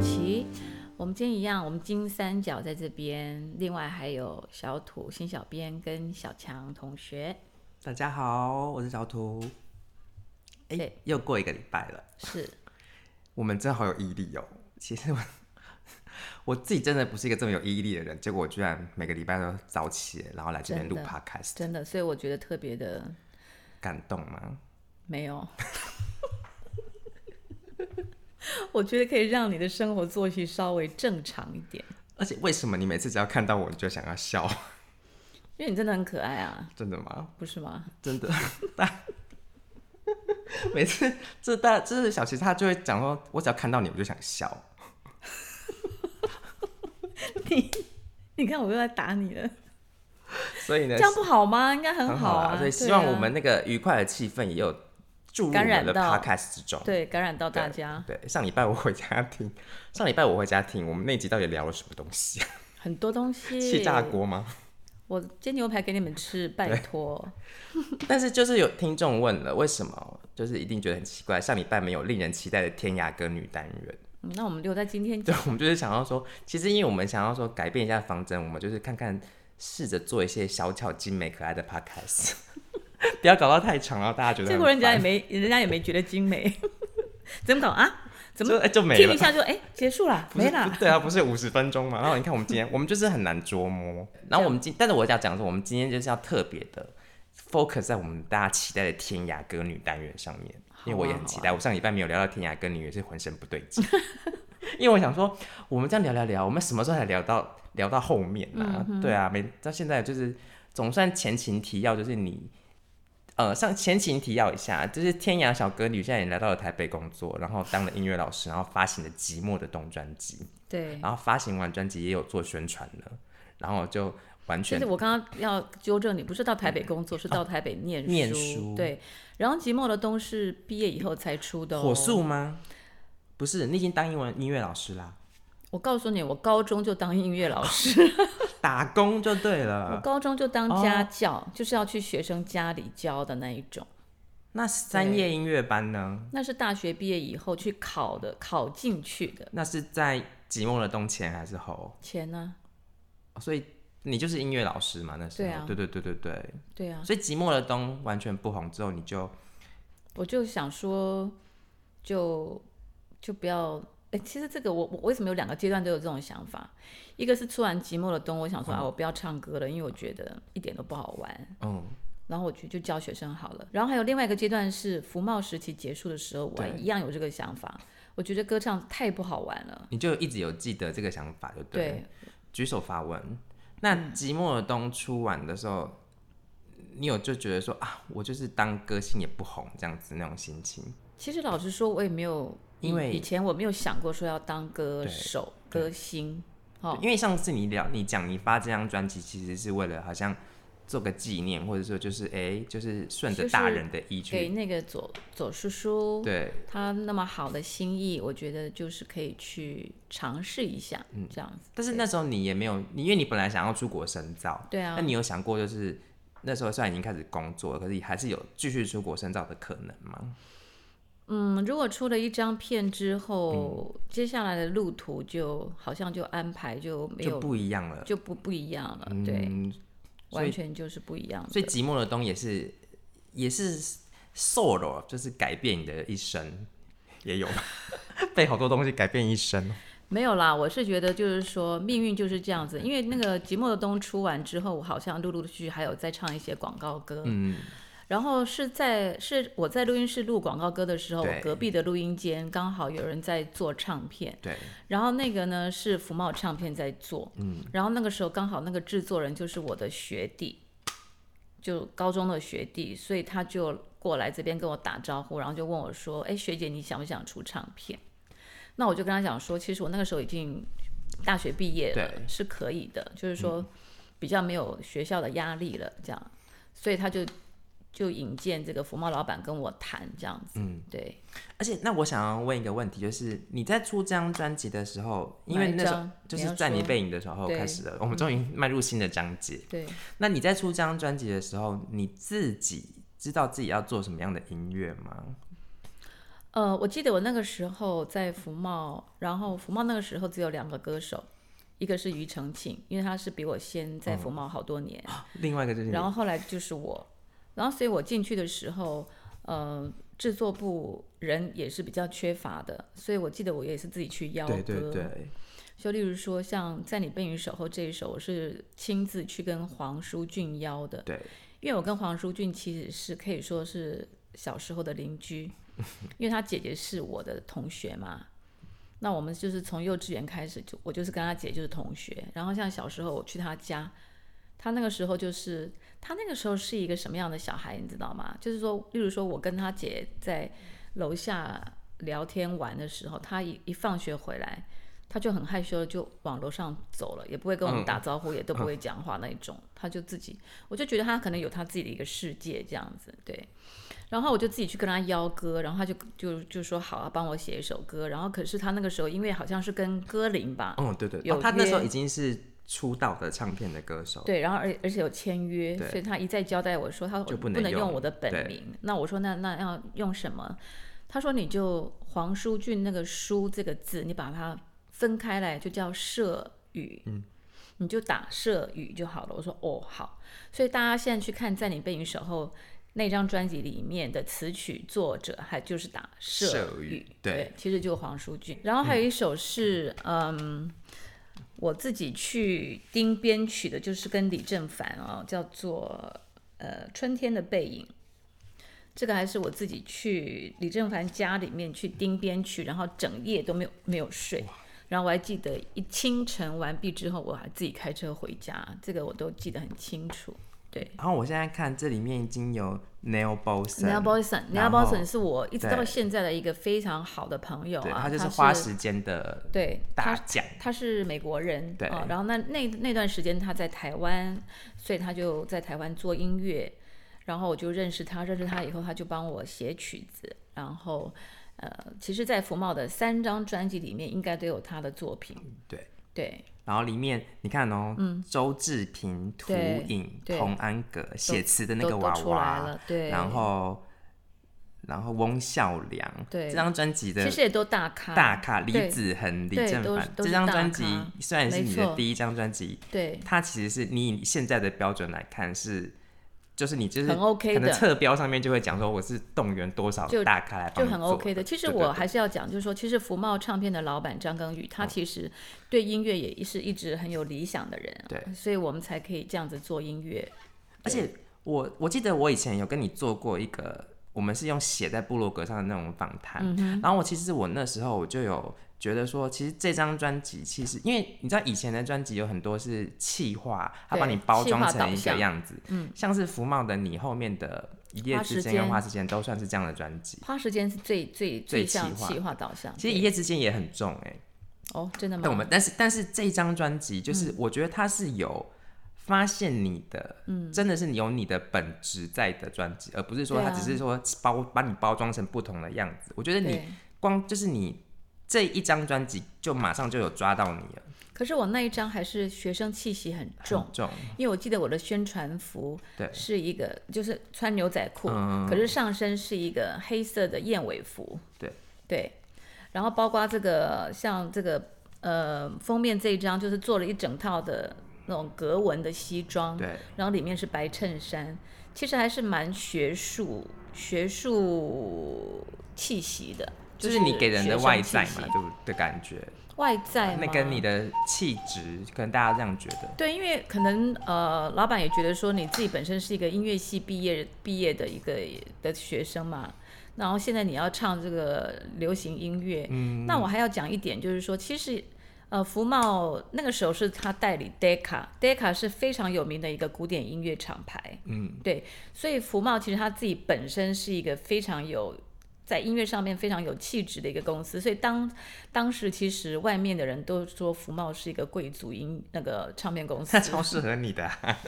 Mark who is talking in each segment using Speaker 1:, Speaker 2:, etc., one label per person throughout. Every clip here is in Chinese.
Speaker 1: 琪。我们今天一样，我们金三角在这边，另外还有小土新小编跟小强同学。
Speaker 2: 大家好，我是小图。哎、
Speaker 1: 对
Speaker 2: 又过一个礼拜了，
Speaker 1: 是，
Speaker 2: 我们真好有毅力哦。其实我 我自己真的不是一个这么有毅力的人，结果我居然每个礼拜都早起，然后来这边录
Speaker 1: 真的
Speaker 2: podcast，
Speaker 1: 真的，所以我觉得特别的
Speaker 2: 感动吗？
Speaker 1: 没有。 我觉得可以让你的生活作息稍微正常一点，
Speaker 2: 而且为什么你每次只要看到我你就想要笑？
Speaker 1: 因为你真的很可爱啊，
Speaker 2: 真的吗？
Speaker 1: 不是吗？
Speaker 2: 真的，大每次这大这是小琪，他就会讲说，我只要看到你我就想笑。
Speaker 1: 你看我又在打你了，
Speaker 2: 所以呢
Speaker 1: 这，样不好吗？应该很
Speaker 2: 很好
Speaker 1: 啊。
Speaker 2: 啦，所
Speaker 1: 对
Speaker 2: 以希望
Speaker 1: 啊
Speaker 2: 我们那个愉快的气氛也有注入我
Speaker 1: 感染
Speaker 2: 们的
Speaker 1: 到
Speaker 2: podcast 之中。
Speaker 1: 对感染到大
Speaker 2: 对
Speaker 1: 家，
Speaker 2: 对，上礼拜我回家听，上礼拜我回家听，我们那集到底聊了什么东西啊？
Speaker 1: 很多东西。
Speaker 2: 气炸锅吗？
Speaker 1: 我煎牛排给你们吃，拜托。
Speaker 2: 但是就是有听众问了，为什么就是一定觉得很奇怪，上礼拜没有令人期待的天涯歌女单元？
Speaker 1: 嗯那我们留在今天
Speaker 2: 对，我们就是想要说，其实因为我们想要说改变一下方针，我们就是看看试着做一些小巧精美可爱的 podcast，不 要搞到太长，然后大家觉得
Speaker 1: 结
Speaker 2: 很
Speaker 1: 果人家也
Speaker 2: 烦
Speaker 1: 没，人家也没觉得精美， 怎么搞啊？怎么
Speaker 2: 就哎就没
Speaker 1: 听
Speaker 2: 了
Speaker 1: 一。下就哎、结束了，
Speaker 2: 不是
Speaker 1: 没啦
Speaker 2: 不。对啊，不是五十分钟嘛？然后你看我们今天，我们就是很难 捉摸。然后我们今，但是我要讲的是，我们今天就是要特别的 focus 在我们大家期待的天涯歌女单元上面，因为我也很期待。我上礼拜没有聊到天涯歌女，也是浑身不对劲。 因为我想说，我们这样聊聊聊，我们什么时候才聊到聊到后面啊？对啊，没到现在就是总算前情提要，就是你呃，上前情提要一下，就是天涯小歌女现在也来到了台北工作，然后当了音乐老师，然后发行了《寂寞》的动专辑，
Speaker 1: 对，
Speaker 2: 然后发行完专辑也有做宣传呢，然后就完
Speaker 1: 其
Speaker 2: 全嗯
Speaker 1: 实我刚刚要纠正你，不是到台北工作，是到台北念书。
Speaker 2: 念书
Speaker 1: 对，然后《寂寞的冬》是毕业以后才出的、哦。
Speaker 2: 火速吗？不是，你已经当英文音乐老师啦，
Speaker 1: 我告诉你，我高中就当音乐老 师，
Speaker 2: 打工就对
Speaker 1: 我
Speaker 2: 了。
Speaker 1: 高中就当家
Speaker 2: 哦
Speaker 1: 教，就是要去学生家里教的那一种。
Speaker 2: 那三叶音乐班呢？
Speaker 1: 那是大学毕业以后去考的，考进去的。
Speaker 2: 那是在寂寞的冬前还是后？
Speaker 1: 钱呢、
Speaker 2: 所以你就是音乐老师嘛？那时候，
Speaker 1: 对啊
Speaker 2: 对对对对对。
Speaker 1: 对啊，
Speaker 2: 所以寂寞的冬完全不红之后，你就
Speaker 1: 我就想说，就就不要。哎、其实这个我我为什么有两个阶段都有这种想法？一个是突然寂寞的冬，我想说啊，我不要唱歌了，因为我觉得一点都不好玩。
Speaker 2: 嗯。
Speaker 1: 然后我去就教学生好了。然后还有另外一个阶段是服贸时期结束的时候，我
Speaker 2: 对
Speaker 1: 一样有这个想法。我觉得歌唱太不好玩了。
Speaker 2: 你就一直有记得这个想法，就对了。
Speaker 1: 对，嗯
Speaker 2: 举手发问。那寂寞的冬出完的时候，你有就觉得说啊，我就是当歌星也不红这样子那种心情，
Speaker 1: 其实老实说，我也没有，
Speaker 2: 因为
Speaker 1: 以以前我没有想过说要当歌
Speaker 2: 对
Speaker 1: 手、
Speaker 2: 对
Speaker 1: 歌星。哦
Speaker 2: 对，因为上次你聊你讲你发这张专辑，其实是为了好像做个纪念，或者说就是哎、就是顺着大人的意
Speaker 1: 给
Speaker 2: 去，
Speaker 1: 那个左左叔叔，
Speaker 2: 对，
Speaker 1: 他那么好的心意，我觉得就是可以去尝试一下，
Speaker 2: 嗯
Speaker 1: 这样子。
Speaker 2: 但是那时候你也没有，你因为你本来想要出国深造，
Speaker 1: 对啊
Speaker 2: 那，你有想过就是那时候虽然已经开始工作了，可是你还是有继续出国深造的可能吗？
Speaker 1: 嗯，如果出了一张片之后，
Speaker 2: 嗯
Speaker 1: 接下来的路途就好像就安排就没
Speaker 2: 就
Speaker 1: 有
Speaker 2: 不一样了，
Speaker 1: 就不不一样了，对，
Speaker 2: 嗯，所以
Speaker 1: 完全就是不一样的。
Speaker 2: 所以寂寞的冬也是也是 solo，就是改变你的一生，也有 吧，被好多东西改变一生哦。
Speaker 1: 没有啦，我是觉得就是说命运就是这样子，因为那个《寂寞的冬》出完之后，我好像陆陆续续还有在唱一些广告歌，嗯，然后是在是我在录音室录广告歌的时候，
Speaker 2: 对
Speaker 1: 我隔壁的录音间刚好有人在做唱片，
Speaker 2: 对，
Speaker 1: 然后那个呢是福茂唱片在做，嗯，然后那个时候刚好那个制作人就是我的学弟，就高中的学弟，所以他就过来这边跟我打招呼，然后就问我说：“哎，学姐，你想不想出唱片？”那我就跟他讲说，其实我那个时候已经大学毕业了，
Speaker 2: 对嗯
Speaker 1: 是可以的，就是说比较没有学校的压力了，这样，所以他就就引荐这个福茂老板跟我谈这样子，嗯，对，
Speaker 2: 而且那我想要问一个问题，就是你在出这张专辑的时候，因
Speaker 1: 哪
Speaker 2: 为
Speaker 1: 一
Speaker 2: 那时候
Speaker 1: 张
Speaker 2: 就
Speaker 1: 你
Speaker 2: 是
Speaker 1: 要
Speaker 2: 在你
Speaker 1: 说
Speaker 2: 背影的时候
Speaker 1: 对嗯
Speaker 2: 开始了，我们终于迈入新的章节。
Speaker 1: 对。
Speaker 2: 那你在出这张专辑的时候，你自己知道自己要做什么样的音乐吗？
Speaker 1: 呃，我记得我那个时候在福茂，然后福茂那个时候只有两个歌手，一个是庾澄庆，因为他是比我先在福茂好多年，
Speaker 2: 另外一个哦就是你
Speaker 1: 然后后来就是我，然后所以我进去的时候，呃，制作部人也是比较缺乏的，所以我记得我也是自己去邀歌。
Speaker 2: 对对对，
Speaker 1: 就例如说像《在你背影守候》这一首，我是亲自去跟黄舒骏邀的。
Speaker 2: 对，
Speaker 1: 因为我跟黄舒骏其实是可以说是小时候的邻居，因为他姐姐是我的同学嘛。那我们就是从幼稚园开始就我就是跟他姐就是同学，然后像小时候我去他家，他那个时候就是他那个时候是一个什么样的小孩，你知道吗？就是说，例如说我跟他姐在楼下聊天玩的时候，他一一放学回来，他就很害羞的就往楼上走了，也不会跟我们打招呼，也都不会讲话那一种，他就自己，我就觉得他可能有他自己的一个世界这样子，对。然后我就自己去跟他邀歌，然后他就就就说好啊，帮我写一首歌。然后可是他那个时候，因为好像是跟歌林吧，
Speaker 2: 嗯，对对，
Speaker 1: 啊有
Speaker 2: 哦，他那时候
Speaker 1: 约
Speaker 2: 已经是出道的唱片的歌手，
Speaker 1: 对，然后而而且有签约，
Speaker 2: 哦对
Speaker 1: 所以他一再交代我说，他说
Speaker 2: 就
Speaker 1: 我
Speaker 2: 不
Speaker 1: 不
Speaker 2: 能
Speaker 1: 能
Speaker 2: 用
Speaker 1: 用我的本
Speaker 2: 对
Speaker 1: 名。那我说那那要用什么？他说你就黄舒骏那个“舒”这个字，你把它分开来，就叫社语。嗯。你就打社语就好了。我说哦好，所以大家现在去看《在你背影守候》那张专辑里面的词曲作者，还就是打社
Speaker 2: 社语
Speaker 1: 语，
Speaker 2: 对
Speaker 1: 其实就是黄舒骏。然后还有一首是嗯我自己去盯编曲的，就是跟李正凡哦，叫做呃《春天的背影》。这个还是我自己去李正凡家里面去盯编曲，然后整夜都没有没有睡。然后我还记得一清晨完毕之后，我还自己开车回家，这个我都记得很清楚。对
Speaker 2: 然后我现在看这里面已经有 Neil
Speaker 1: ，Neil
Speaker 2: Boson，然
Speaker 1: Boyson，Neil
Speaker 2: 后
Speaker 1: Boyson 是我一直到
Speaker 2: 对
Speaker 1: 现在的一个非常好的朋友
Speaker 2: 对
Speaker 1: 啊，
Speaker 2: 他就是
Speaker 1: 是
Speaker 2: 花时间的
Speaker 1: 对
Speaker 2: 大
Speaker 1: 他
Speaker 2: 奖，
Speaker 1: 他是美国人，
Speaker 2: 对
Speaker 1: 啊然后那那那段时间他在台湾，所以他就在台湾做音乐，然后我就认识他，认识他以后他就帮我写曲子，然后呃，其实，在福茂的三张专辑里面应该都有他的作品，
Speaker 2: 对
Speaker 1: 对，
Speaker 2: 然后里面你看哦，周志平、涂
Speaker 1: 对
Speaker 2: 影、
Speaker 1: 嗯对
Speaker 2: 童安格写词的那
Speaker 1: 都
Speaker 2: 个娃
Speaker 1: 都出来
Speaker 2: 娃
Speaker 1: 了，，对，
Speaker 2: 然后然后翁孝良，
Speaker 1: 对
Speaker 2: 这张专辑的
Speaker 1: 其实也都大咖，
Speaker 2: 大咖李
Speaker 1: 对
Speaker 2: 子恒、李
Speaker 1: 对
Speaker 2: 正
Speaker 1: 都是
Speaker 2: 凡，
Speaker 1: 都
Speaker 2: 这
Speaker 1: 是
Speaker 2: 张
Speaker 1: 大
Speaker 2: 专辑
Speaker 1: 咖
Speaker 2: 虽然是
Speaker 1: 没
Speaker 2: 你的
Speaker 1: 错
Speaker 2: 第一张专辑，
Speaker 1: 对，
Speaker 2: 它其实是你以现在的标准来看是。就是你就是
Speaker 1: 很 OK
Speaker 2: 可能
Speaker 1: 的
Speaker 2: 侧标上面就会讲说我是动员多少
Speaker 1: 就
Speaker 2: 大咖来
Speaker 1: 就
Speaker 2: 帮你
Speaker 1: 很
Speaker 2: 做
Speaker 1: OK 的。其实
Speaker 2: 对对
Speaker 1: 我
Speaker 2: 对哦
Speaker 1: 还是要讲，就是说，其实福茂唱片的老板张庚宇，他其实对音乐也是一直很有理想的人，啊
Speaker 2: 对，
Speaker 1: 所以我们才可以这样子做音乐。
Speaker 2: 而且我我记得我以前有跟你做过一个，我们是用写在部落格上的那种访
Speaker 1: 啊
Speaker 2: 谈。
Speaker 1: 嗯
Speaker 2: 然后我其实我那时候我就有觉得说，其实这张专辑其实因为你知道以前的专辑有很多是气化，它把
Speaker 1: 对
Speaker 2: 你包
Speaker 1: 企
Speaker 2: 装
Speaker 1: 划
Speaker 2: 成
Speaker 1: 导
Speaker 2: 一个
Speaker 1: 向
Speaker 2: 样子，嗯，像是福茂的你后面的一夜
Speaker 1: 花
Speaker 2: 之
Speaker 1: 时
Speaker 2: 间跟
Speaker 1: 间
Speaker 2: 花之间都算是这样的专辑。
Speaker 1: 花时间是最最
Speaker 2: 最
Speaker 1: 像
Speaker 2: 企划
Speaker 1: 企划导向，
Speaker 2: 其实
Speaker 1: 对
Speaker 2: 一夜之间也很重哎、
Speaker 1: 哦，真的吗？
Speaker 2: 但我们但是但是这张专辑
Speaker 1: 嗯
Speaker 2: 就是我觉得它是有发现你的，嗯，真的是有你的本质在的专辑，而不是说
Speaker 1: 对
Speaker 2: 它
Speaker 1: 啊
Speaker 2: 只是说包把你包装成不同的样子。我觉得你
Speaker 1: 对，
Speaker 2: 光就是你这一张专辑就马上就有抓到你了，
Speaker 1: 可是我那一张还是学生气息很重
Speaker 2: 很，重，
Speaker 1: 因为我记得我的宣传服
Speaker 2: 对
Speaker 1: 是一个就是穿牛仔裤，
Speaker 2: 嗯
Speaker 1: 可是上身是一个黑色的燕尾服。
Speaker 2: 对
Speaker 1: 对，然后包括这个像这个呃封面这一张，就是做了一整套的那种格纹的西装，
Speaker 2: 对
Speaker 1: 然后里面是白衬衫，其实还是蛮学术学术气息的，
Speaker 2: 就是是你给人的
Speaker 1: 学生
Speaker 2: 外
Speaker 1: 气
Speaker 2: 在
Speaker 1: 息哎
Speaker 2: 嘛，对不的感觉，
Speaker 1: 外在
Speaker 2: 那
Speaker 1: 吗
Speaker 2: 跟你的气质，可能大家这样觉得，
Speaker 1: 对，因为可能呃，老板也觉得说你自己本身是一个音乐系毕业毕业的一个的学生嘛，然后现在你要唱这个流行音乐，嗯，那我还要讲一点，就是说其实。呃，福茂那个时候是他代理 Decca，Decca 是非常有名的一个古典音乐厂牌，
Speaker 2: 嗯，
Speaker 1: 对，所以福茂其实他自己本身是一个非常有在音乐上面非常有气质的一个公司，所以当当时其实外面的人都说福茂是一个贵族音那个唱片公 司
Speaker 2: 那，超适合你的、啊，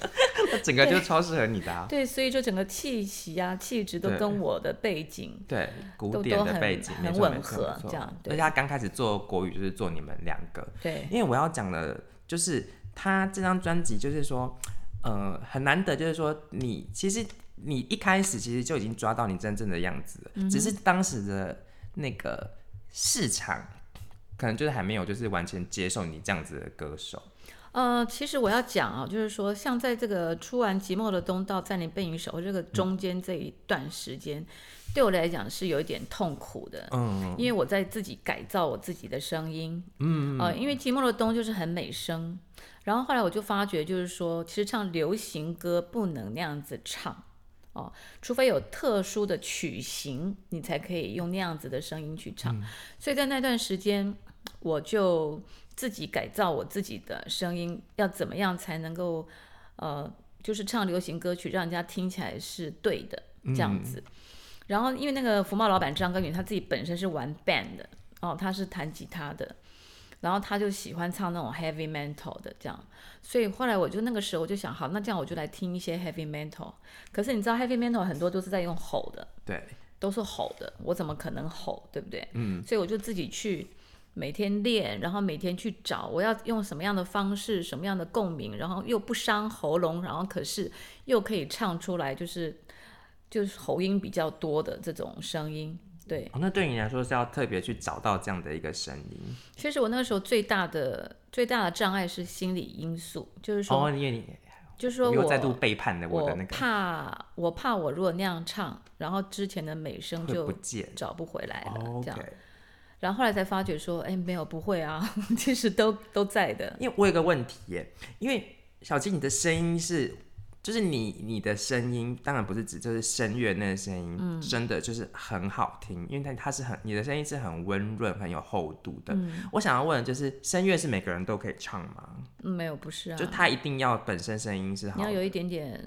Speaker 2: 那整个就超适合你的、啊，
Speaker 1: 对，所以就整个气息啊、气质都
Speaker 2: 对
Speaker 1: 跟我的背景，
Speaker 2: 对，古
Speaker 1: 都
Speaker 2: 典
Speaker 1: 都
Speaker 2: 的
Speaker 1: 很
Speaker 2: 背景
Speaker 1: 很
Speaker 2: 没错
Speaker 1: 吻
Speaker 2: 没错
Speaker 1: 合
Speaker 2: 没错
Speaker 1: 这样
Speaker 2: 而
Speaker 1: 对
Speaker 2: 且他刚开始做国语就是做你们两个，
Speaker 1: 对
Speaker 2: 因为我要讲的就是他这张专辑，就是说，呃，很难得，就是说你
Speaker 1: 嗯
Speaker 2: 其实你一开始其实就已经抓到你真正的样子了，只是当时的那个市场可能就是还没有就是完全接受你这样子的歌手。
Speaker 1: 呃，其实我要讲啊，就是说，像在这个出完《寂寞的东道》在你背影守候这个中间这一段时间，对我来讲是有一点痛苦的，
Speaker 2: 嗯，
Speaker 1: 因为我在自己改造我自己的声音，嗯，呃，因为《寂寞的冬》就是很美声，然后后来我就发觉，就是说，其实唱流行歌不能那样子唱。哦，除非有特殊的曲型，你才可以用那样子的声音去唱。所以在那段时间，我就自己改造我自己的声音，要怎么样才能够，呃，就是唱流行歌曲，让人家听起来是对的这样子。然后因为那个福茂老板张根宇他自己本身是玩 band 的，哦，他是弹吉他的。然后他就喜欢唱那种 heavy metal 的这样，所以后来我就那个时候我就想，好，那这样我就来听一些 heavy metal。可是你知道 heavy metal 很多都是在用吼的，
Speaker 2: 对，
Speaker 1: 都是吼的，我怎么可能吼，对不对？
Speaker 2: 嗯，
Speaker 1: 所以我就自己去每天练，然后每天去找我要用什么样的方式、什么样的共鸣，然后又不伤喉咙，然后可是又可以唱出来，就是就是喉音比较多的这种声音。对，
Speaker 2: 哦那对你来说是要特别去找到这样的一个声音。
Speaker 1: 其实我那个时候最大的最大的障碍是心理因素，就是说，
Speaker 2: 哦，因为你
Speaker 1: 就是说
Speaker 2: 你
Speaker 1: 我
Speaker 2: 又再度背叛了我的那个，
Speaker 1: 怕我怕我如果那样唱，然后之前的美声
Speaker 2: 会不
Speaker 1: 就
Speaker 2: 见。
Speaker 1: 找不回来了，
Speaker 2: 哦
Speaker 1: 这样。
Speaker 2: OK，
Speaker 1: 然后后来才发觉说，哎，没有，不会啊， 其实都都在的。
Speaker 2: 因为我有个问题耶，因为小七，你的声音是，就是你你的声音，当然不是指就是声乐那个声音，
Speaker 1: 嗯
Speaker 2: 真的就是很好听，因为它它是很你的声音是很温润、很有厚度的。我想要问的就是，声乐是每个人都可以唱吗？
Speaker 1: 嗯没有，不是啊，
Speaker 2: 就它一定要本身声音是
Speaker 1: 你
Speaker 2: 好
Speaker 1: 要有
Speaker 2: 的。
Speaker 1: 一点点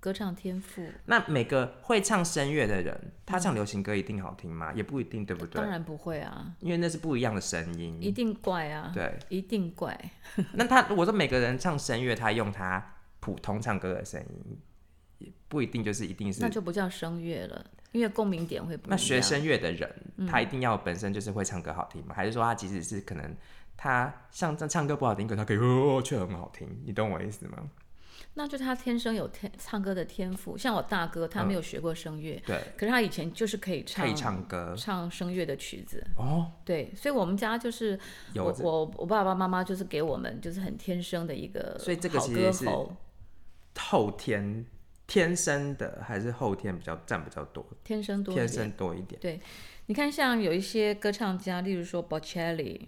Speaker 1: 歌唱天赋，
Speaker 2: 那每个会唱声乐的人，他唱流行歌一定好听吗？也不一定，对不
Speaker 1: 嗯
Speaker 2: 对
Speaker 1: 当？然不会啊，
Speaker 2: 因为那是不一样的声
Speaker 1: 一
Speaker 2: 音。
Speaker 1: 定怪啊，
Speaker 2: 对，
Speaker 1: 一定怪。
Speaker 2: 那他如果说每个人唱声乐，他用他普通唱歌的声音，也不一定就是一定是
Speaker 1: 那就不叫声乐了，因为共鸣点会不一
Speaker 2: 那
Speaker 1: 样。
Speaker 2: 学声乐的人，他一定要本身就是会唱歌好听吗？还是说他即使是可能他像这唱歌不好听，可他可以哦却很好听？你懂我意思吗？
Speaker 1: 那就他天生有天唱歌的天赋，像我大哥，他没有学过声乐，
Speaker 2: 对，
Speaker 1: 可是他以前就是可以唱
Speaker 2: 嗯可以唱歌
Speaker 1: 唱声乐的曲子，
Speaker 2: 哦，
Speaker 1: 对，所以我们家就是
Speaker 2: 有
Speaker 1: 我
Speaker 2: 这
Speaker 1: 我我爸爸妈妈就是给我们就是很天生的一个
Speaker 2: 所以这个
Speaker 1: 好
Speaker 2: 其
Speaker 1: 歌
Speaker 2: 实是
Speaker 1: 喉，
Speaker 2: 后天天生的还是后天比较占比较多，
Speaker 1: 天生多一
Speaker 2: 天
Speaker 1: 点。
Speaker 2: 生多一点。
Speaker 1: 你看，像有一些歌唱家，例如说 Bocelli，、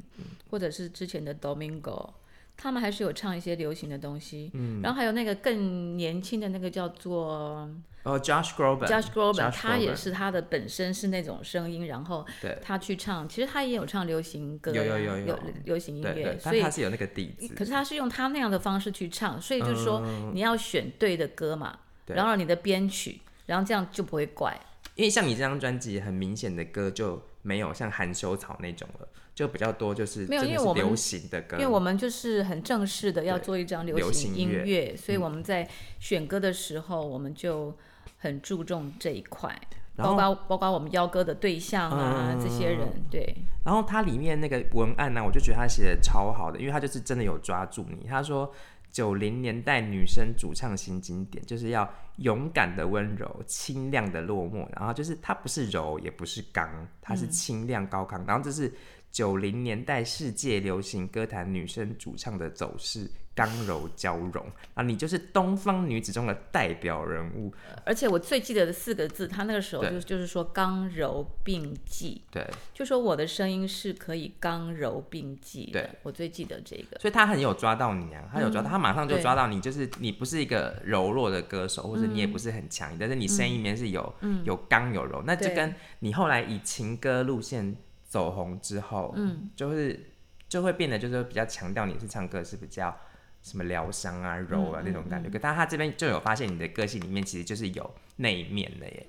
Speaker 1: 或者是之前的 Domingo，他们还是有唱一些流行的东西。嗯，然后还有那个更年轻的那个叫做
Speaker 2: 哦，Josh Groban。
Speaker 1: Josh Groban，
Speaker 2: Josh
Speaker 1: 他也
Speaker 2: Groban
Speaker 1: 是他的本身是那种声音，然后
Speaker 2: 对
Speaker 1: 他去唱，其实他也有唱流行歌呀，
Speaker 2: 有有有有
Speaker 1: 流行音
Speaker 2: 对
Speaker 1: 乐，
Speaker 2: 对，
Speaker 1: 所
Speaker 2: 但
Speaker 1: 以
Speaker 2: 他是有那个底子，
Speaker 1: 可是他是用他那样的方式去唱，所以就是说你要选对的歌嘛，
Speaker 2: 嗯对
Speaker 1: 然后你的编曲，然后这样就不会怪。
Speaker 2: 因为像你这张专辑，很明显的歌就没有像含羞草那种了，就比较多就是
Speaker 1: 没有
Speaker 2: 真的
Speaker 1: 因为
Speaker 2: 是
Speaker 1: 我们
Speaker 2: 流行的歌，
Speaker 1: 因为我们就是很正式的要
Speaker 2: 对
Speaker 1: 做一张
Speaker 2: 流
Speaker 1: 行
Speaker 2: 行
Speaker 1: 音
Speaker 2: 乐嗯
Speaker 1: 所以我们在选歌的时候，我们就很注重这一块，
Speaker 2: 然
Speaker 1: 包括
Speaker 2: 后嗯
Speaker 1: 包括我们邀歌的对象啊，这些人对。
Speaker 2: 然后它里面那个文案啊呢、我就觉得他写的超好的，因为他就是真的有抓住你。他说九零年代女生主唱新经典，就是要勇敢的温柔，清亮的落寞，然后就是它不是柔，也不是刚，它是清亮高亢，然后这是九零年代世界流行歌坛女生主唱的走势。刚柔交融啊，你就是东方女子中的代表人物。
Speaker 1: 而且我最记得的四个字，他那个时候
Speaker 2: 对
Speaker 1: 就就是说刚柔并济，
Speaker 2: 对，
Speaker 1: 就说我的声音是可以刚柔并济的。
Speaker 2: 对
Speaker 1: 我最记得这个。
Speaker 2: 所以他很有抓到你啊，他有抓到，他马上
Speaker 1: 嗯
Speaker 2: 就
Speaker 1: 对嗯
Speaker 2: 抓到你，就是你不是一个柔弱的歌手，或者你也不是很强，但是你声音里面是有、有刚有柔，那就
Speaker 1: 对
Speaker 2: 跟你后来以情歌路线走红之后，嗯，就是就会变得就是比较强调你是唱歌是比较什么疗伤啊、柔
Speaker 1: 嗯
Speaker 2: 啊那种感觉，可但他这边就有发现你的个性里面其实就是有那一面的耶，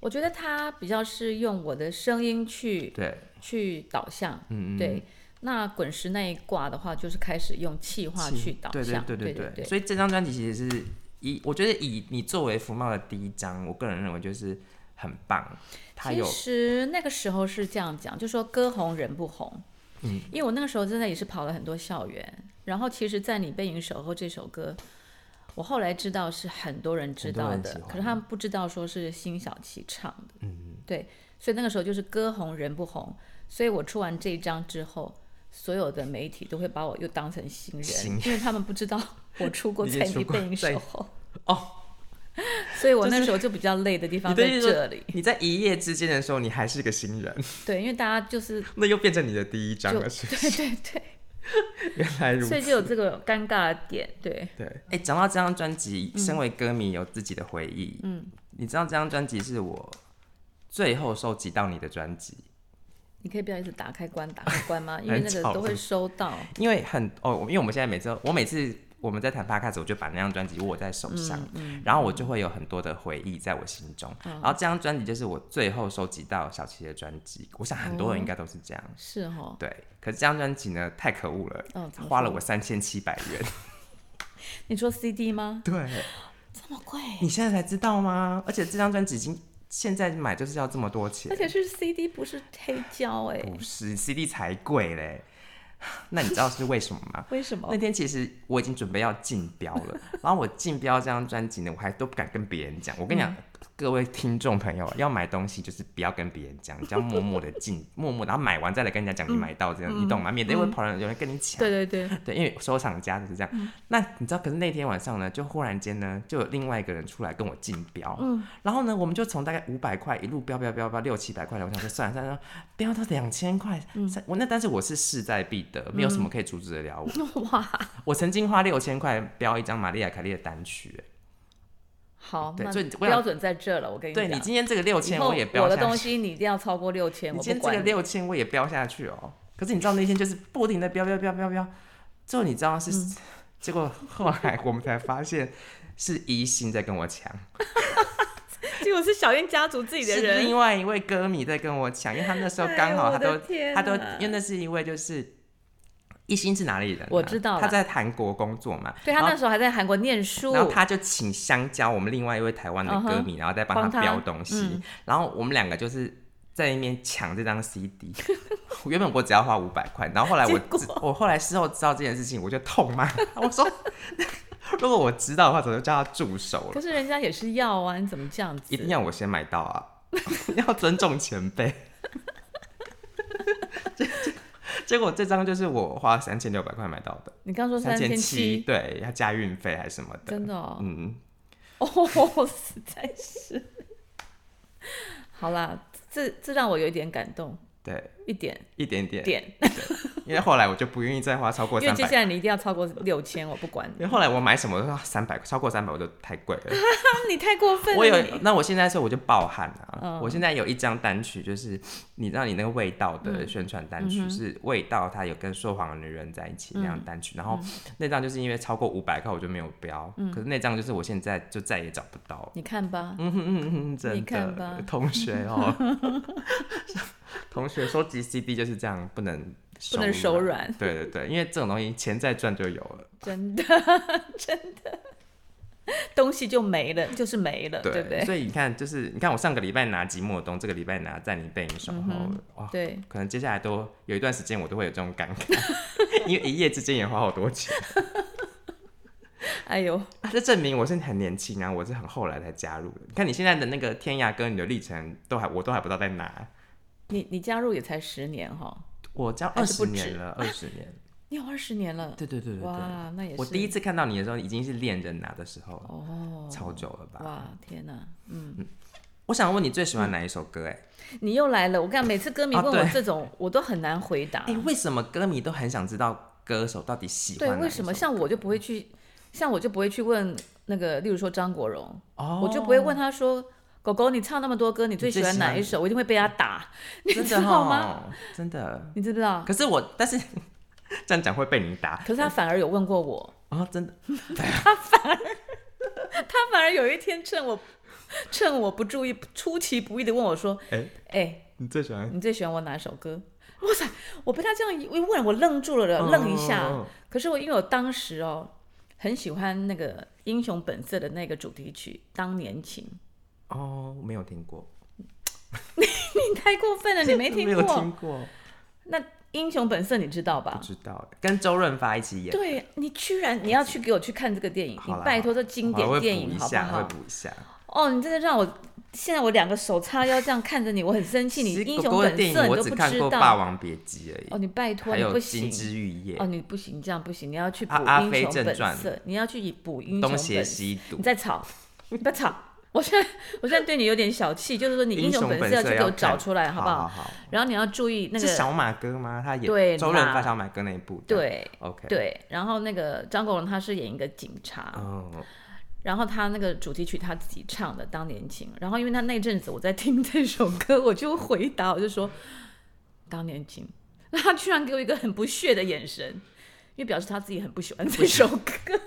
Speaker 1: 我觉得他比较是用我的声音去
Speaker 2: 对，
Speaker 1: 去导向，
Speaker 2: 嗯嗯，
Speaker 1: 对。那滚石那一挂的话，就是开始用气化去导
Speaker 2: 对
Speaker 1: 向，
Speaker 2: 对
Speaker 1: 对
Speaker 2: 对
Speaker 1: 对。
Speaker 2: 所以这张专辑其实是以我觉得以你作为福茂的第一张，我个人认为就是很棒，它
Speaker 1: 其
Speaker 2: 有
Speaker 1: 实那个时候是这样讲，就说歌红人不红。嗯，因为我那个时候真的也是跑了很多校园，然后其实，在你背影守候这首歌，我后来知道是很多人知道
Speaker 2: 很多
Speaker 1: 的
Speaker 2: 人喜，欢
Speaker 1: 可是他们不知道说是辛晓琪唱的。嗯，对。所以那个时候就是歌红人不红，所以我出完这一张之后，所有的媒体都会把我又当成新人，
Speaker 2: 新人
Speaker 1: 因为他们不知道我出过
Speaker 2: 你也
Speaker 1: 蔡依
Speaker 2: 出过
Speaker 1: 林
Speaker 2: 在
Speaker 1: 手后，
Speaker 2: 哦，
Speaker 1: 所以我
Speaker 2: 就是
Speaker 1: 那时候就比较累的地方
Speaker 2: 你
Speaker 1: 在
Speaker 2: 的意思
Speaker 1: 这里。
Speaker 2: 你在一夜之间的时候，你还是个新人，
Speaker 1: 对，因为大家就是
Speaker 2: 那又变成你的第一张
Speaker 1: 就
Speaker 2: 了，是不
Speaker 1: 对对对，
Speaker 2: 是？原来如
Speaker 1: 所以
Speaker 2: 此。
Speaker 1: 就有这个尴尬的点，对，
Speaker 2: 对，哎、讲到这张专辑，
Speaker 1: 嗯
Speaker 2: 身为歌迷有自己的回忆。嗯，你知道这张专辑是我最后收集到你的专辑，
Speaker 1: 你可以不要一直打开关打开关 吗？因为
Speaker 2: 很
Speaker 1: 那个
Speaker 2: 吵
Speaker 1: 都会
Speaker 2: 的
Speaker 1: 收到，
Speaker 2: 因为很哦，我因为我们现在每次我每次我们在谈 podcast，我就把那张专辑握在手上，
Speaker 1: 嗯
Speaker 2: 然后我就会有很多的回忆在我心中。然后这张专辑就是我最后收集到小七的专辑，我想很多人应该都是这样。
Speaker 1: 是哦。
Speaker 2: 对，可是这张专辑呢，太可恶了，
Speaker 1: 哦怎么
Speaker 2: 花了
Speaker 1: 说
Speaker 2: 我三千七百 元。
Speaker 1: 你说 CD 吗？
Speaker 2: 对，
Speaker 1: 这么贵，
Speaker 2: 你现在才知道吗？而且这张专辑已经现在买就是要这么多钱
Speaker 1: 而，且是 CD 不是黑胶哎、
Speaker 2: 不是 CD 才贵嘞。 那你知道是为什么吗？
Speaker 1: 为什么
Speaker 2: 那？天其实我已经准备要竞标 了，然后我竞标这张专辑呢，我还都不敢跟别人讲。我跟你
Speaker 1: 嗯
Speaker 2: 讲，各位听众朋友，要买东西就是不要跟别人讲，你就要默默的进，默默，然后买完再来跟人家讲你买到这样，你懂吗？免得
Speaker 1: 嗯
Speaker 2: 会跑人有人跟你抢。
Speaker 1: 对对 对，
Speaker 2: 对，因为收藏家就是这样。
Speaker 1: 嗯
Speaker 2: 那你知道，可是那天晚上呢，就忽然间呢，就有另外一个人出来跟我竞标，
Speaker 1: 嗯
Speaker 2: 然后呢，我们就从大概五百块一路标标标标六七百块了，我想说算了算了，标到两千块，
Speaker 1: 嗯
Speaker 2: 三我那但是我是势在必得，没有什么可以阻止得了我。
Speaker 1: 哇，
Speaker 2: 我曾经花六千块标一张玛丽亚凯莉的单曲，
Speaker 1: 好，
Speaker 2: 对
Speaker 1: 那
Speaker 2: 所以我想
Speaker 1: 标准在这了，我跟
Speaker 2: 哎
Speaker 1: 你
Speaker 2: 对
Speaker 1: 讲，
Speaker 2: 你今天这个六
Speaker 1: 啊以
Speaker 2: 千
Speaker 1: 后
Speaker 2: 我也标
Speaker 1: 的
Speaker 2: 下
Speaker 1: 东
Speaker 2: 去，
Speaker 1: 西你一定要超过六千，
Speaker 2: 你
Speaker 1: 我
Speaker 2: 今
Speaker 1: 不
Speaker 2: 天这个
Speaker 1: 管你。
Speaker 2: 六千我也标下去哦。可是你知道那天就是不停的标标标标标，最后你知道是，
Speaker 1: 嗯
Speaker 2: 结果后来我们才发现是一心在跟我抢，
Speaker 1: 结果是小燕家族自己的
Speaker 2: 是
Speaker 1: 人，
Speaker 2: 另外一位歌迷在跟我抢，因为他那时候刚好
Speaker 1: 哎我
Speaker 2: 他
Speaker 1: 的
Speaker 2: 都、
Speaker 1: 天
Speaker 2: 他都
Speaker 1: 哪
Speaker 2: 因为那是一位就是。一心是哪里人啊、
Speaker 1: 我知道啦
Speaker 2: 他在韩国工作嘛。
Speaker 1: 对他
Speaker 2: 然后
Speaker 1: 那时候还在韩国念书
Speaker 2: 然，后他就请香蕉，我们另外一位台湾的歌迷然后再
Speaker 1: 嗯
Speaker 2: 帮
Speaker 1: 帮
Speaker 2: 他
Speaker 1: 他嗯
Speaker 2: 标东西。然后我们两个就是在那边抢这张 CD。原本我只要花五百块，然后后来我
Speaker 1: 结果
Speaker 2: 知我后来事后知道这件事情，我就痛骂我说：“ 如果我知道的话，早就叫他住手
Speaker 1: 可
Speaker 2: 了，
Speaker 1: 是人家也是要啊，你怎么这样
Speaker 2: 一定
Speaker 1: 子？
Speaker 2: 要我先买到啊， 要尊重前辈。结”结果这张就是我花三千六百块买到的，
Speaker 1: 你刚说
Speaker 2: 三
Speaker 1: 哦千
Speaker 2: 七，，对，要加运费还是什么的，
Speaker 1: 真的哦，
Speaker 2: 嗯。
Speaker 1: 哦，实在是。好啦，这这让我有一点感动，
Speaker 2: 对，
Speaker 1: 一点
Speaker 2: 一点点，
Speaker 1: 点，
Speaker 2: 因为后来我就不愿意再花超过
Speaker 1: 因为
Speaker 2: 三
Speaker 1: 接
Speaker 2: 百
Speaker 1: 下，来你一定要超过六千，我不 管啊
Speaker 2: 因为后来我买什么都三百，超过三百我就太贵了。
Speaker 1: 你太过分了。
Speaker 2: 我有
Speaker 1: 你，
Speaker 2: 那我现在说我就爆汗啊！
Speaker 1: 嗯
Speaker 2: 我现在有一张单曲，就是你知道你那个味道的
Speaker 1: 嗯
Speaker 2: 宣传单曲、是味道，它有跟说谎的女人在一起那
Speaker 1: 嗯
Speaker 2: 张单曲，然后那张就是因为超过五百块我就没有标，
Speaker 1: 嗯
Speaker 2: 可是那张就是我现在就再也找不到了。
Speaker 1: 你看吧，
Speaker 2: 嗯哼嗯哼， 真
Speaker 1: 你看
Speaker 2: 的
Speaker 1: 吧，
Speaker 2: 同学哦， 同学收集 CD 就是这样，不能
Speaker 1: 不能手软
Speaker 2: 对对对，因为这种东西钱再赚就有了。
Speaker 1: 真的 真的，东西就没了，就是没了，对不对？
Speaker 2: 所以你看，就是你看我上个礼拜拿寂寞冬，这个礼拜拿在你背影守
Speaker 1: 嗯
Speaker 2: 候，哇，
Speaker 1: 对，
Speaker 2: 可能接下来都有一段时间我都会有这种感慨， 因为一夜之间也花好多钱，
Speaker 1: 哎呦，
Speaker 2: 啊这证明我是很年轻啊，我是很后来才加入的。你看你现在的那个天涯哥，你的历程都还我都还不知道在哪，
Speaker 1: 你你加入也才十年哈、
Speaker 2: 我加
Speaker 1: 还
Speaker 2: 二
Speaker 1: 是不
Speaker 2: 十
Speaker 1: 止
Speaker 2: 年了，二十年，
Speaker 1: 你有二十年了，
Speaker 2: 对对对对对。
Speaker 1: 哇，那也是
Speaker 2: 我第一次看到你的时候，已经是恋人拿的时候了，
Speaker 1: 哦，
Speaker 2: 超久了吧？
Speaker 1: 哇，嗯天哪，
Speaker 2: 我想问你最喜欢哪一首歌、欸？哎、
Speaker 1: 你又来了！我看每次歌迷
Speaker 2: 啊
Speaker 1: 问我
Speaker 2: 对
Speaker 1: 这种，我都很难回答。
Speaker 2: 哎、为什么歌迷都很想知道歌手到底喜欢
Speaker 1: 对，
Speaker 2: 哪一首？
Speaker 1: 为什么像我就不会去，像我就不会去问那个，例如说张国荣，
Speaker 2: 哦，
Speaker 1: 我就不会问他说：“狗狗，你唱那么多歌，你最喜欢哪一首？”我一定会被他打， 你
Speaker 2: 真
Speaker 1: 知
Speaker 2: 的哦
Speaker 1: 道吗？
Speaker 2: 哈，真的。
Speaker 1: 你知不知道？
Speaker 2: 可是我，但是 这样讲会被你打
Speaker 1: 可是他反而有问过我，
Speaker 2: 哦，真的。
Speaker 1: 他反而有一天趁我趁我不注意、出其不意的问我说：“
Speaker 2: 哎、
Speaker 1: 哎、
Speaker 2: 你最喜欢？
Speaker 1: 你最喜欢我哪首歌？”哇塞！我被他这样一问，我愣住了，呃愣一下。
Speaker 2: 哦
Speaker 1: 可是我因为我当时哦，很喜欢那个《英雄本色》的那个主题曲《当年情》，
Speaker 2: 哦，没有听过，
Speaker 1: 你 太过分了，你没听
Speaker 2: 没有
Speaker 1: 过？
Speaker 2: 听过，
Speaker 1: 那《英雄本色》你知道
Speaker 2: 不
Speaker 1: 吧？
Speaker 2: 知道。跟周润发一起演，
Speaker 1: 对你居然你要去给我去看这个电影，
Speaker 2: 好
Speaker 1: 你
Speaker 2: 啦
Speaker 1: 拜托这经
Speaker 2: 好我
Speaker 1: 典
Speaker 2: 会
Speaker 1: 电
Speaker 2: 补
Speaker 1: 影
Speaker 2: 一
Speaker 1: 好不
Speaker 2: 下，我
Speaker 1: 好
Speaker 2: 会？补一下。
Speaker 1: 哦，你真的让我现在我两个手叉腰这样看着你，我很生 气。你
Speaker 2: 其实
Speaker 1: 英
Speaker 2: 狗
Speaker 1: 雄
Speaker 2: 狗的
Speaker 1: 本
Speaker 2: 电
Speaker 1: 色
Speaker 2: 影
Speaker 1: 你
Speaker 2: 我
Speaker 1: 都
Speaker 2: 只
Speaker 1: 不
Speaker 2: 看
Speaker 1: 知
Speaker 2: 过《霸
Speaker 1: 道。
Speaker 2: 王别姬》而已，
Speaker 1: 哦，你拜托
Speaker 2: 还
Speaker 1: 你
Speaker 2: 有
Speaker 1: 不
Speaker 2: 《金
Speaker 1: 行。
Speaker 2: 枝玉叶
Speaker 1: 哦，》你不行，你这样不行，你要去补
Speaker 2: 啊阿
Speaker 1: 英
Speaker 2: 飞
Speaker 1: 雄
Speaker 2: 正
Speaker 1: 本
Speaker 2: 传
Speaker 1: 色，你要去补英雄
Speaker 2: 《东
Speaker 1: 本
Speaker 2: 邪
Speaker 1: 色。
Speaker 2: 西毒
Speaker 1: 你》。在吵，你不要吵。 我现在我现在对你有点小气，就是说你英雄本
Speaker 2: 本
Speaker 1: 色要去给我找
Speaker 2: 看
Speaker 1: 出来，好不
Speaker 2: 好？
Speaker 1: 好？
Speaker 2: 好
Speaker 1: 然后你要注意那
Speaker 2: 是
Speaker 1: 个
Speaker 2: 小马哥吗？他演
Speaker 1: 对
Speaker 2: 周润
Speaker 1: 啦
Speaker 2: 发小马哥那一部。
Speaker 1: 对
Speaker 2: ，OK，，
Speaker 1: 对，然后那个张国荣他是演一个警察，
Speaker 2: 嗯，
Speaker 1: 然后他那个主题曲他自己唱的《当年情》，然后因为他那阵子我在听这首歌，我就回答我就说《当年情》，那他居然给我一个很不屑的眼神，因为表示他自己很不喜欢这首歌。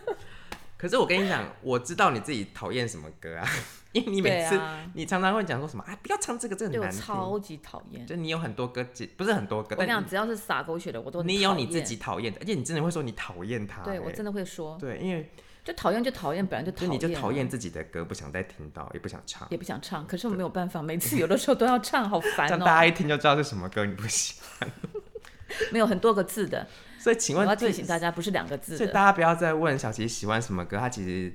Speaker 2: 可是我跟你讲，我知道你自己讨厌什么歌啊， 因为你每
Speaker 1: 对
Speaker 2: 次、
Speaker 1: 啊
Speaker 2: 你常常会讲说什么啊，不要唱这个，这很
Speaker 1: 对我
Speaker 2: 难听。
Speaker 1: 超级讨厌，
Speaker 2: 就你有很多歌，其不是很多
Speaker 1: 我，
Speaker 2: 歌
Speaker 1: 跟你
Speaker 2: 但
Speaker 1: 讲，只要是撒狗血的我都很
Speaker 2: 你有
Speaker 1: 讨
Speaker 2: 你自
Speaker 1: 厌
Speaker 2: 己讨厌的，而且你真的会说你讨厌他、
Speaker 1: 对我
Speaker 2: 欸
Speaker 1: 真的会说，
Speaker 2: 对，因为
Speaker 1: 就讨厌就讨厌，本来就讨
Speaker 2: 就
Speaker 1: 厌，啊
Speaker 2: 你就讨厌，自己的歌，不想再听到，也不想唱，
Speaker 1: 也不想唱，可是我没有办法，每次有的时候都要唱， 好
Speaker 2: 这
Speaker 1: 烦
Speaker 2: 样大
Speaker 1: 哦。
Speaker 2: 家一听就知道是什么歌，你不行。
Speaker 1: 没有很多个字的，
Speaker 2: 所以请
Speaker 1: 我
Speaker 2: 问
Speaker 1: 要
Speaker 2: 最，
Speaker 1: 提醒大家，不是两个字
Speaker 2: 所以
Speaker 1: 的。
Speaker 2: 大家不要再问小琪喜欢什么歌，她其实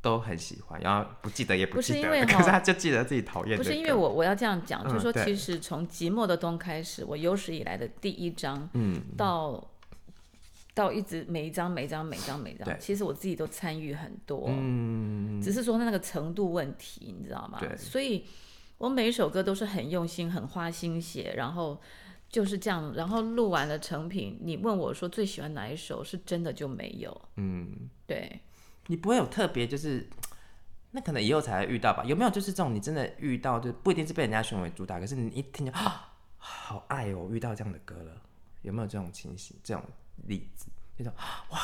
Speaker 2: 都很喜欢，然后不记得也
Speaker 1: 不是
Speaker 2: 记
Speaker 1: 因
Speaker 2: 得，
Speaker 1: 为
Speaker 2: 可
Speaker 1: 哈
Speaker 2: 是她就记得自己讨厌、这
Speaker 1: 不是
Speaker 2: 个
Speaker 1: 因为我我要这样讲，就是
Speaker 2: 嗯
Speaker 1: 说，
Speaker 2: 对
Speaker 1: 其实从《寂寞的冬》开始，我有史以来的第一章，嗯，到到一直每一章每一章每一章每一章
Speaker 2: 对，
Speaker 1: 其实我自己都参与很多，
Speaker 2: 嗯，
Speaker 1: 只是说那个程度问题，你知道吗
Speaker 2: 对？
Speaker 1: 所以我每一首歌都是很用心、很花心写，然后就是这样，然后录完了成品，你问我说最喜欢哪一首，是真的就没有。嗯，对，
Speaker 2: 你不会有特别就是，那可能以后才会遇到吧？有没有就是这种你真的遇到，就不一定是被人家选为主打，可是你一听就、啊、好爱哦，遇到这样的歌了，有没有这种情形？这种例子，就说啊哇，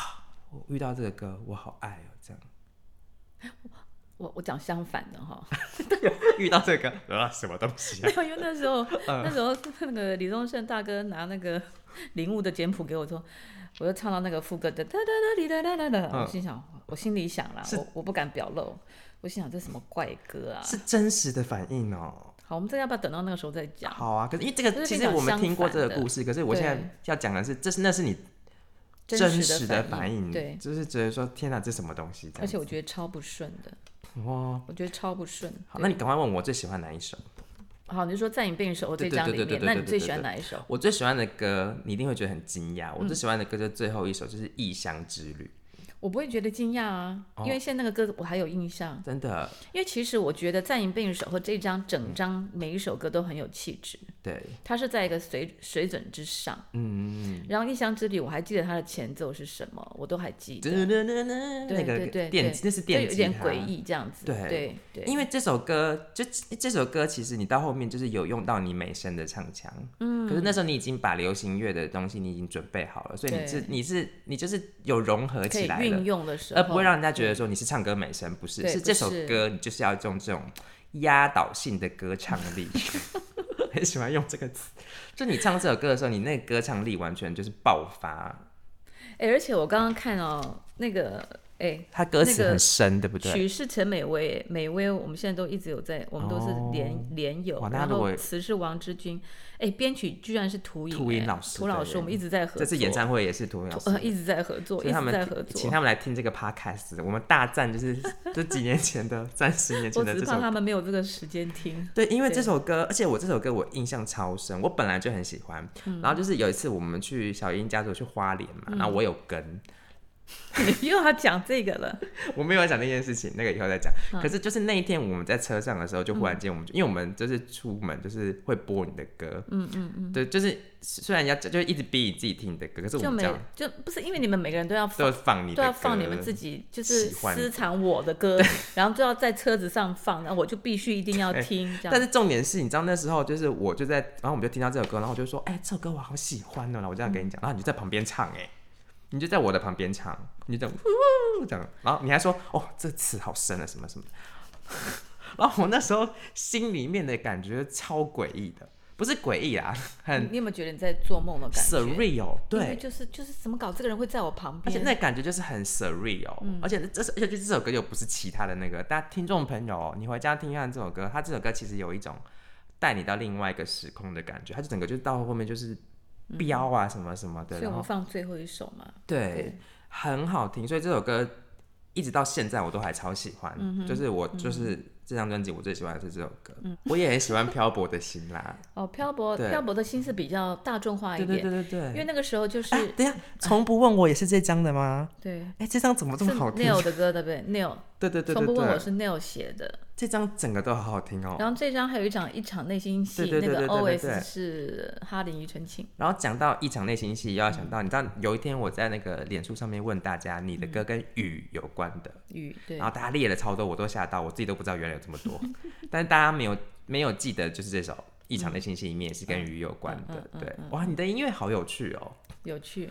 Speaker 2: 我遇到这个歌，我好爱哦，这样
Speaker 1: 我我讲相反的哈，
Speaker 2: 遇到这个啊什么东西、啊？
Speaker 1: 没有，因为那时候、
Speaker 2: 嗯
Speaker 1: 那时候 那个李宗盛大哥拿那个 领悟的简谱给我说，我就唱到那个副歌的哒哒哒哩哒哒哒哒，我心想，我心里想啦，
Speaker 2: 嗯是
Speaker 1: 我我不敢表露，我心想这什么怪歌啊？
Speaker 2: 是真实的反应哦。
Speaker 1: 好，我们这个要不要等到那个时候再讲？
Speaker 2: 好啊，可是因为这
Speaker 1: 可是
Speaker 2: 个其
Speaker 1: 跟
Speaker 2: 实
Speaker 1: 你
Speaker 2: 我们
Speaker 1: 讲
Speaker 2: 听过
Speaker 1: 相
Speaker 2: 这
Speaker 1: 反
Speaker 2: 个
Speaker 1: 的
Speaker 2: 故事，可是我现
Speaker 1: 对
Speaker 2: 在要讲的是，这是那是你
Speaker 1: 真
Speaker 2: 实
Speaker 1: 实
Speaker 2: 的
Speaker 1: 的
Speaker 2: 反
Speaker 1: 应，
Speaker 2: 应，
Speaker 1: 对，
Speaker 2: 就是觉得说天啊哪，这什么东西？这
Speaker 1: 而
Speaker 2: 样
Speaker 1: 且我觉得超不顺的，
Speaker 2: 哇，
Speaker 1: 我觉得超不顺。
Speaker 2: 好，那你赶快问我最喜欢哪一首？
Speaker 1: 好，你就说在你病手我
Speaker 2: 对
Speaker 1: 这
Speaker 2: 对
Speaker 1: 张
Speaker 2: 对
Speaker 1: 里
Speaker 2: 对
Speaker 1: 面，
Speaker 2: 对
Speaker 1: 那
Speaker 2: 对
Speaker 1: 你
Speaker 2: 对
Speaker 1: 最
Speaker 2: 对
Speaker 1: 喜欢
Speaker 2: 对
Speaker 1: 哪一首？
Speaker 2: 我最喜欢的歌，你一定会觉得很惊讶。
Speaker 1: 嗯
Speaker 2: 我最喜欢的歌就是最后一首，就是《异乡之旅
Speaker 1: 我不会觉得惊讶啊，
Speaker 2: 哦
Speaker 1: 因为现在那个歌我还有印象》，。
Speaker 2: 真的，
Speaker 1: 因为其实我觉得《在你病手》和这张整
Speaker 2: 嗯
Speaker 1: 张每一首歌都很有气质，
Speaker 2: 对，
Speaker 1: 它是在一个水水准之上。嗯，然后《异乡之旅》，我还记得它的前奏是什么，我都还记得。对
Speaker 2: 那
Speaker 1: 对
Speaker 2: 个
Speaker 1: 对，
Speaker 2: 电
Speaker 1: 对
Speaker 2: 那是电
Speaker 1: 就有
Speaker 2: 吉
Speaker 1: 点
Speaker 2: 他
Speaker 1: 诡。异这样子。
Speaker 2: 对
Speaker 1: 对对，
Speaker 2: 因为这首歌，就这首歌，其实你到后面就是有用到你美声的唱腔，嗯，可是那时候你已经把流行乐的东西你已经准备好了，所以你
Speaker 1: 对
Speaker 2: 是你是你就是有融合
Speaker 1: 可
Speaker 2: 起
Speaker 1: 以
Speaker 2: 来了
Speaker 1: 运，用的时候，
Speaker 2: 而不会让人家觉得说你是唱歌美声，不是，
Speaker 1: 嗯对
Speaker 2: 是
Speaker 1: 不
Speaker 2: 这首
Speaker 1: 是
Speaker 2: 歌你就是要用这种压倒性的歌唱力。 很喜欢用这个词，就你唱这首歌的时候，你那个歌唱力完全就是爆发，
Speaker 1: 哎，而且我刚刚看哦，那个哎，
Speaker 2: 它歌词
Speaker 1: 那个
Speaker 2: 很深，对不对？
Speaker 1: 曲是陈美薇，美薇我们现在都一直有在，我们都是连、
Speaker 2: 哦
Speaker 1: 连友
Speaker 2: 哇，那
Speaker 1: 然
Speaker 2: 如果
Speaker 1: 后词是王之君，哎，编曲居然是涂影，
Speaker 2: 涂影
Speaker 1: 哎
Speaker 2: 老师
Speaker 1: 涂老
Speaker 2: 对
Speaker 1: 师，我们一直在合作，
Speaker 2: 这次演唱会也是涂老师，
Speaker 1: 呃一直在合作，
Speaker 2: 所
Speaker 1: 一
Speaker 2: 以他
Speaker 1: 直在
Speaker 2: 们
Speaker 1: 合
Speaker 2: 请
Speaker 1: 作。
Speaker 2: 他们来听这个 podcast，我们大赞就是 这几年前的，三十年前
Speaker 1: 我
Speaker 2: 的
Speaker 1: 只是
Speaker 2: 这
Speaker 1: 怕
Speaker 2: 首
Speaker 1: 他们没有这个时间听，
Speaker 2: 对，因为
Speaker 1: 对
Speaker 2: 这首歌，而且我这首歌我印象超深，我本来就很喜欢。
Speaker 1: 嗯
Speaker 2: 然后就是有一次我们去小英家族去花莲嘛，然后我有跟，
Speaker 1: 你又要讲这个了。
Speaker 2: 我没有讲那件事情，那个以后再讲。
Speaker 1: 嗯
Speaker 2: 可是就是那一天我们在车上的时候，就忽然间我们就，因为我们就是出门就是会播你的歌，嗯嗯嗯，对，就是虽然要就一直逼你自己听你的歌，可是我
Speaker 1: 就
Speaker 2: 们
Speaker 1: 没
Speaker 2: 这样
Speaker 1: 就不是因为你们每个人都要放
Speaker 2: 都会放你的
Speaker 1: 都
Speaker 2: 歌，
Speaker 1: 要放你们自己就是
Speaker 2: 喜欢
Speaker 1: 私藏我的歌，然后就要在车子上放，然后我就必须一定要听这
Speaker 2: 但
Speaker 1: 样。
Speaker 2: 是重点是，你知道那时候就是我就在，然后我们就听到这首歌，然后我就说，哎、这首歌我好喜欢哦，然后我这样跟你讲，然后你就在旁边唱、哎，你就在我的旁边唱，你就这样呜这样，然后你还说，哦，这词好深啊，什么什 么，然后我那时候心里面的感觉超诡异的，不是诡异啦，很
Speaker 1: 你你有没有觉得你在做梦的感觉？
Speaker 2: surreal，
Speaker 1: 因为
Speaker 2: 对。
Speaker 1: 就是就是怎么搞，这个人会在我旁
Speaker 2: 而且
Speaker 1: 边。嗯
Speaker 2: 那感觉就是很 surreal，、而且这是而且这首歌又不是其他的那个，大家听众朋友，你回家听一下这首歌，它这首歌其实有一种带你到另外一个时空的感觉，它就整个就到后面就是飙啊什么什么
Speaker 1: 所
Speaker 2: 的，
Speaker 1: 以
Speaker 2: 然
Speaker 1: 我们
Speaker 2: 后
Speaker 1: 放最后一首嘛。
Speaker 2: 对，
Speaker 1: 嗯
Speaker 2: 很好听，所以这首歌一直到现在我都还超喜欢，就是我就是这张专辑我最喜欢的是这首歌，我也很喜欢漂泊的心 啦，
Speaker 1: 哦，漂泊
Speaker 2: 对
Speaker 1: 漂泊的心思比较大众化一
Speaker 2: 对
Speaker 1: 点，
Speaker 2: 对对对对，
Speaker 1: 因为那个时候就是、啊
Speaker 2: 哎，等一下，从不问我也是这张的吗？
Speaker 1: 对。
Speaker 2: 哎、这张怎么这
Speaker 1: 是
Speaker 2: 么好听？
Speaker 1: Neil 的歌对不对？Neil，
Speaker 2: 对对对
Speaker 1: 从
Speaker 2: 对
Speaker 1: 不问我
Speaker 2: 对，
Speaker 1: 是 Neil 写的。
Speaker 2: 这张整个都好好听哦。
Speaker 1: 然后这张还有一场一场内心戏，
Speaker 2: 对对对对
Speaker 1: 那个
Speaker 2: 对对对
Speaker 1: OS 是哈林庾澄庆。
Speaker 2: 然后讲到一场内心戏，又要想到，你知道有一天我在那个脸书上面问大家，你的歌跟雨有关的，
Speaker 1: 雨对
Speaker 2: 然后大家列了超多，我都吓到，我自己都不知道原来有这么 多。但是大家没有没有记得，就是这首《异常的星期》里面也是跟鱼有关
Speaker 1: 嗯
Speaker 2: 的。
Speaker 1: 嗯嗯
Speaker 2: 对，哇，你的音乐好有趣哦，
Speaker 1: 有趣，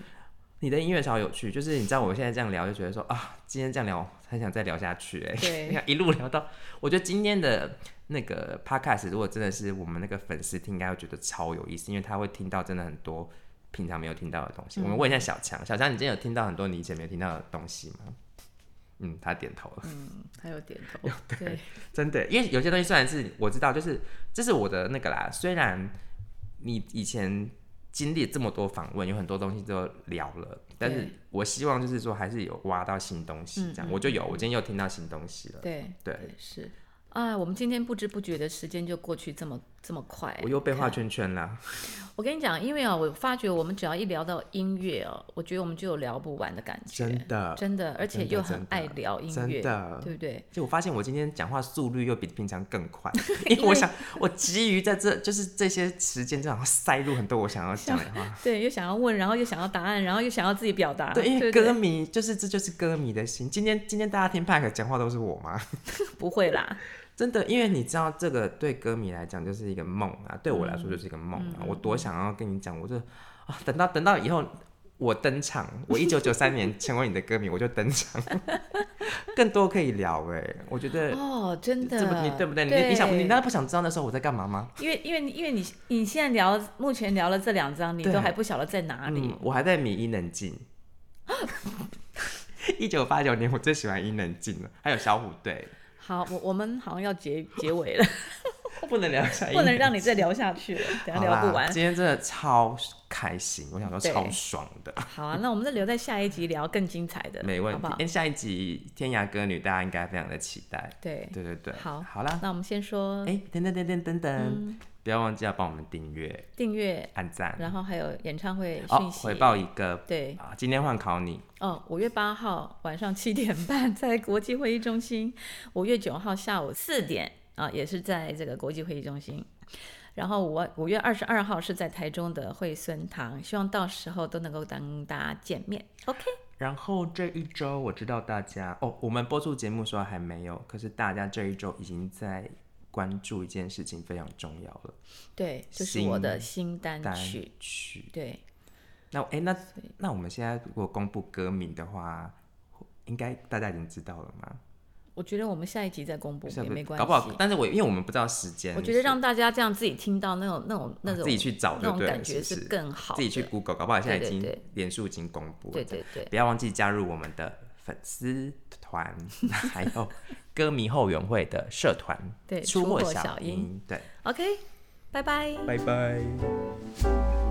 Speaker 2: 你的音乐超有趣。就是你知道我现在这样聊，就觉得说啊，今天这样聊，很想再聊下去哎。
Speaker 1: 对
Speaker 2: 你看一路聊到，我觉得今天的那个 podcast 如果真的是我们那个粉丝听，应该会觉得超有意思，因为他会听到真的很多。平常没有听到的东西，我们问一下小强，小强，你今天有听到很多你以前没有听到的东西吗？嗯，他点头了。
Speaker 1: 嗯还有点头，对，
Speaker 2: 真的，因为有些东西虽然是我知道，就是这是我的那个啦。虽然你以前经历这么多访问，有很多东西都聊了，但是
Speaker 1: 对嗯
Speaker 2: 我希望就是说还是有挖到新东西，这样、我就有，我今天又听到新东西了。
Speaker 1: 对
Speaker 2: 对
Speaker 1: 是啊，我们今天不知不觉的时间就过去这么这么快，
Speaker 2: 我又被
Speaker 1: 你
Speaker 2: 画
Speaker 1: 看。
Speaker 2: 圈圈啦，
Speaker 1: 我跟你讲，因为啊、我发觉我们只要一聊到音乐哦，我觉得我们就有聊不完的感觉，
Speaker 2: 真的，
Speaker 1: 真的，而且
Speaker 2: 真的
Speaker 1: 又
Speaker 2: 真
Speaker 1: 很
Speaker 2: 的
Speaker 1: 爱聊音
Speaker 2: 真
Speaker 1: 乐，
Speaker 2: 的。
Speaker 1: 对不对？
Speaker 2: 就我发现我今天讲话速率又比平常更 快，因为我想我急于在这就是这些时间，就好像塞入很多我想要讲的话。
Speaker 1: 对，又想要问，然后又想要答案，然后又想要自己表达，
Speaker 2: 对，因
Speaker 1: 不
Speaker 2: 为
Speaker 1: 对
Speaker 2: 歌迷就是这就是歌迷的心。今天今天大家听 Park 讲话都是我吗？
Speaker 1: 不会啦，
Speaker 2: 真的，因为你知道这个对歌迷来讲就是一个梦啊，对我来说就是一个梦啊。
Speaker 1: 嗯
Speaker 2: 我多想要跟你讲，我就啊，等到等到以后我登场，我一九九三年成为你的歌迷，我就登场， 更多可以聊哎、我觉得。
Speaker 1: 哦，真的，
Speaker 2: 这不你对不对？你你想你难道不想知道那时候我在干嘛吗？
Speaker 1: 因为因为因为你你现在聊目前聊了这两张，你
Speaker 2: 对
Speaker 1: 都还不晓得在哪里，
Speaker 2: 嗯，我还在迷伊能 静。一九八九年我最喜欢伊能静了，还有小虎队。
Speaker 1: 好，我我们好像要 结结尾了，
Speaker 2: 不能聊一下音乐，
Speaker 1: 不能让你再聊下去了，等下
Speaker 2: 哎好啦
Speaker 1: 聊不完。
Speaker 2: 今天真的超开心，我想说
Speaker 1: 对
Speaker 2: 超爽的，
Speaker 1: 好啊，那我们再留在下一集聊更精彩的，
Speaker 2: 没问
Speaker 1: 好
Speaker 2: 题。
Speaker 1: 不
Speaker 2: 哎、
Speaker 1: 好？
Speaker 2: 下一集《天涯歌女》大家应该非常的期待。
Speaker 1: 对，
Speaker 2: 对对对，
Speaker 1: 好嗯
Speaker 2: 好啦，
Speaker 1: 那我们先说
Speaker 2: 哎、等等等等等等，不要忘记要帮我们订阅、
Speaker 1: 订阅，
Speaker 2: 按赞，
Speaker 1: 然后还有演唱会
Speaker 2: 哦，
Speaker 1: 讯息。
Speaker 2: 回报一个
Speaker 1: 对，
Speaker 2: 啊，今天换考你，
Speaker 1: 哦，五月八号晚上七点半在国际会议中心，五月九号下午四点啊，也是在这个国际会议中心。然后我五月二十二号是在台中的惠孙堂，希望到时候都能够跟大家见面。OK，
Speaker 2: 然后这一周我知道大家哦，我们播出节目的时候还没有，可是大家这一周已经在关注一件事情非常重要了，
Speaker 1: 对，这是
Speaker 2: 新
Speaker 1: 我的新单
Speaker 2: 单
Speaker 1: 嗯曲。
Speaker 2: 曲。
Speaker 1: 对，
Speaker 2: 那哎、那那我们现在如果公布歌名的话，应该大家已经知道了吗？
Speaker 1: 我觉得我们下一集再公布
Speaker 2: 是
Speaker 1: 也
Speaker 2: 不
Speaker 1: 没关
Speaker 2: 搞不好
Speaker 1: 系，。
Speaker 2: 但是我因为我们不知道时间，
Speaker 1: 我觉得让大家这样自己听到那种那种那种
Speaker 2: 啊自己去找
Speaker 1: 那
Speaker 2: 就
Speaker 1: 种
Speaker 2: 对了，
Speaker 1: 感觉
Speaker 2: 是不是
Speaker 1: 更好
Speaker 2: 自己去
Speaker 1: 的。
Speaker 2: Google，搞不好现在已
Speaker 1: 对对
Speaker 2: 经
Speaker 1: 对
Speaker 2: 脸书已经公布了，
Speaker 1: 对对对，
Speaker 2: 不要忘记加入我们的粉丝团， 还有歌迷后援会的社团，
Speaker 1: 对
Speaker 2: 出
Speaker 1: 出没
Speaker 2: 小
Speaker 1: 小
Speaker 2: 英，对，
Speaker 1: OK，拜拜。
Speaker 2: 拜拜。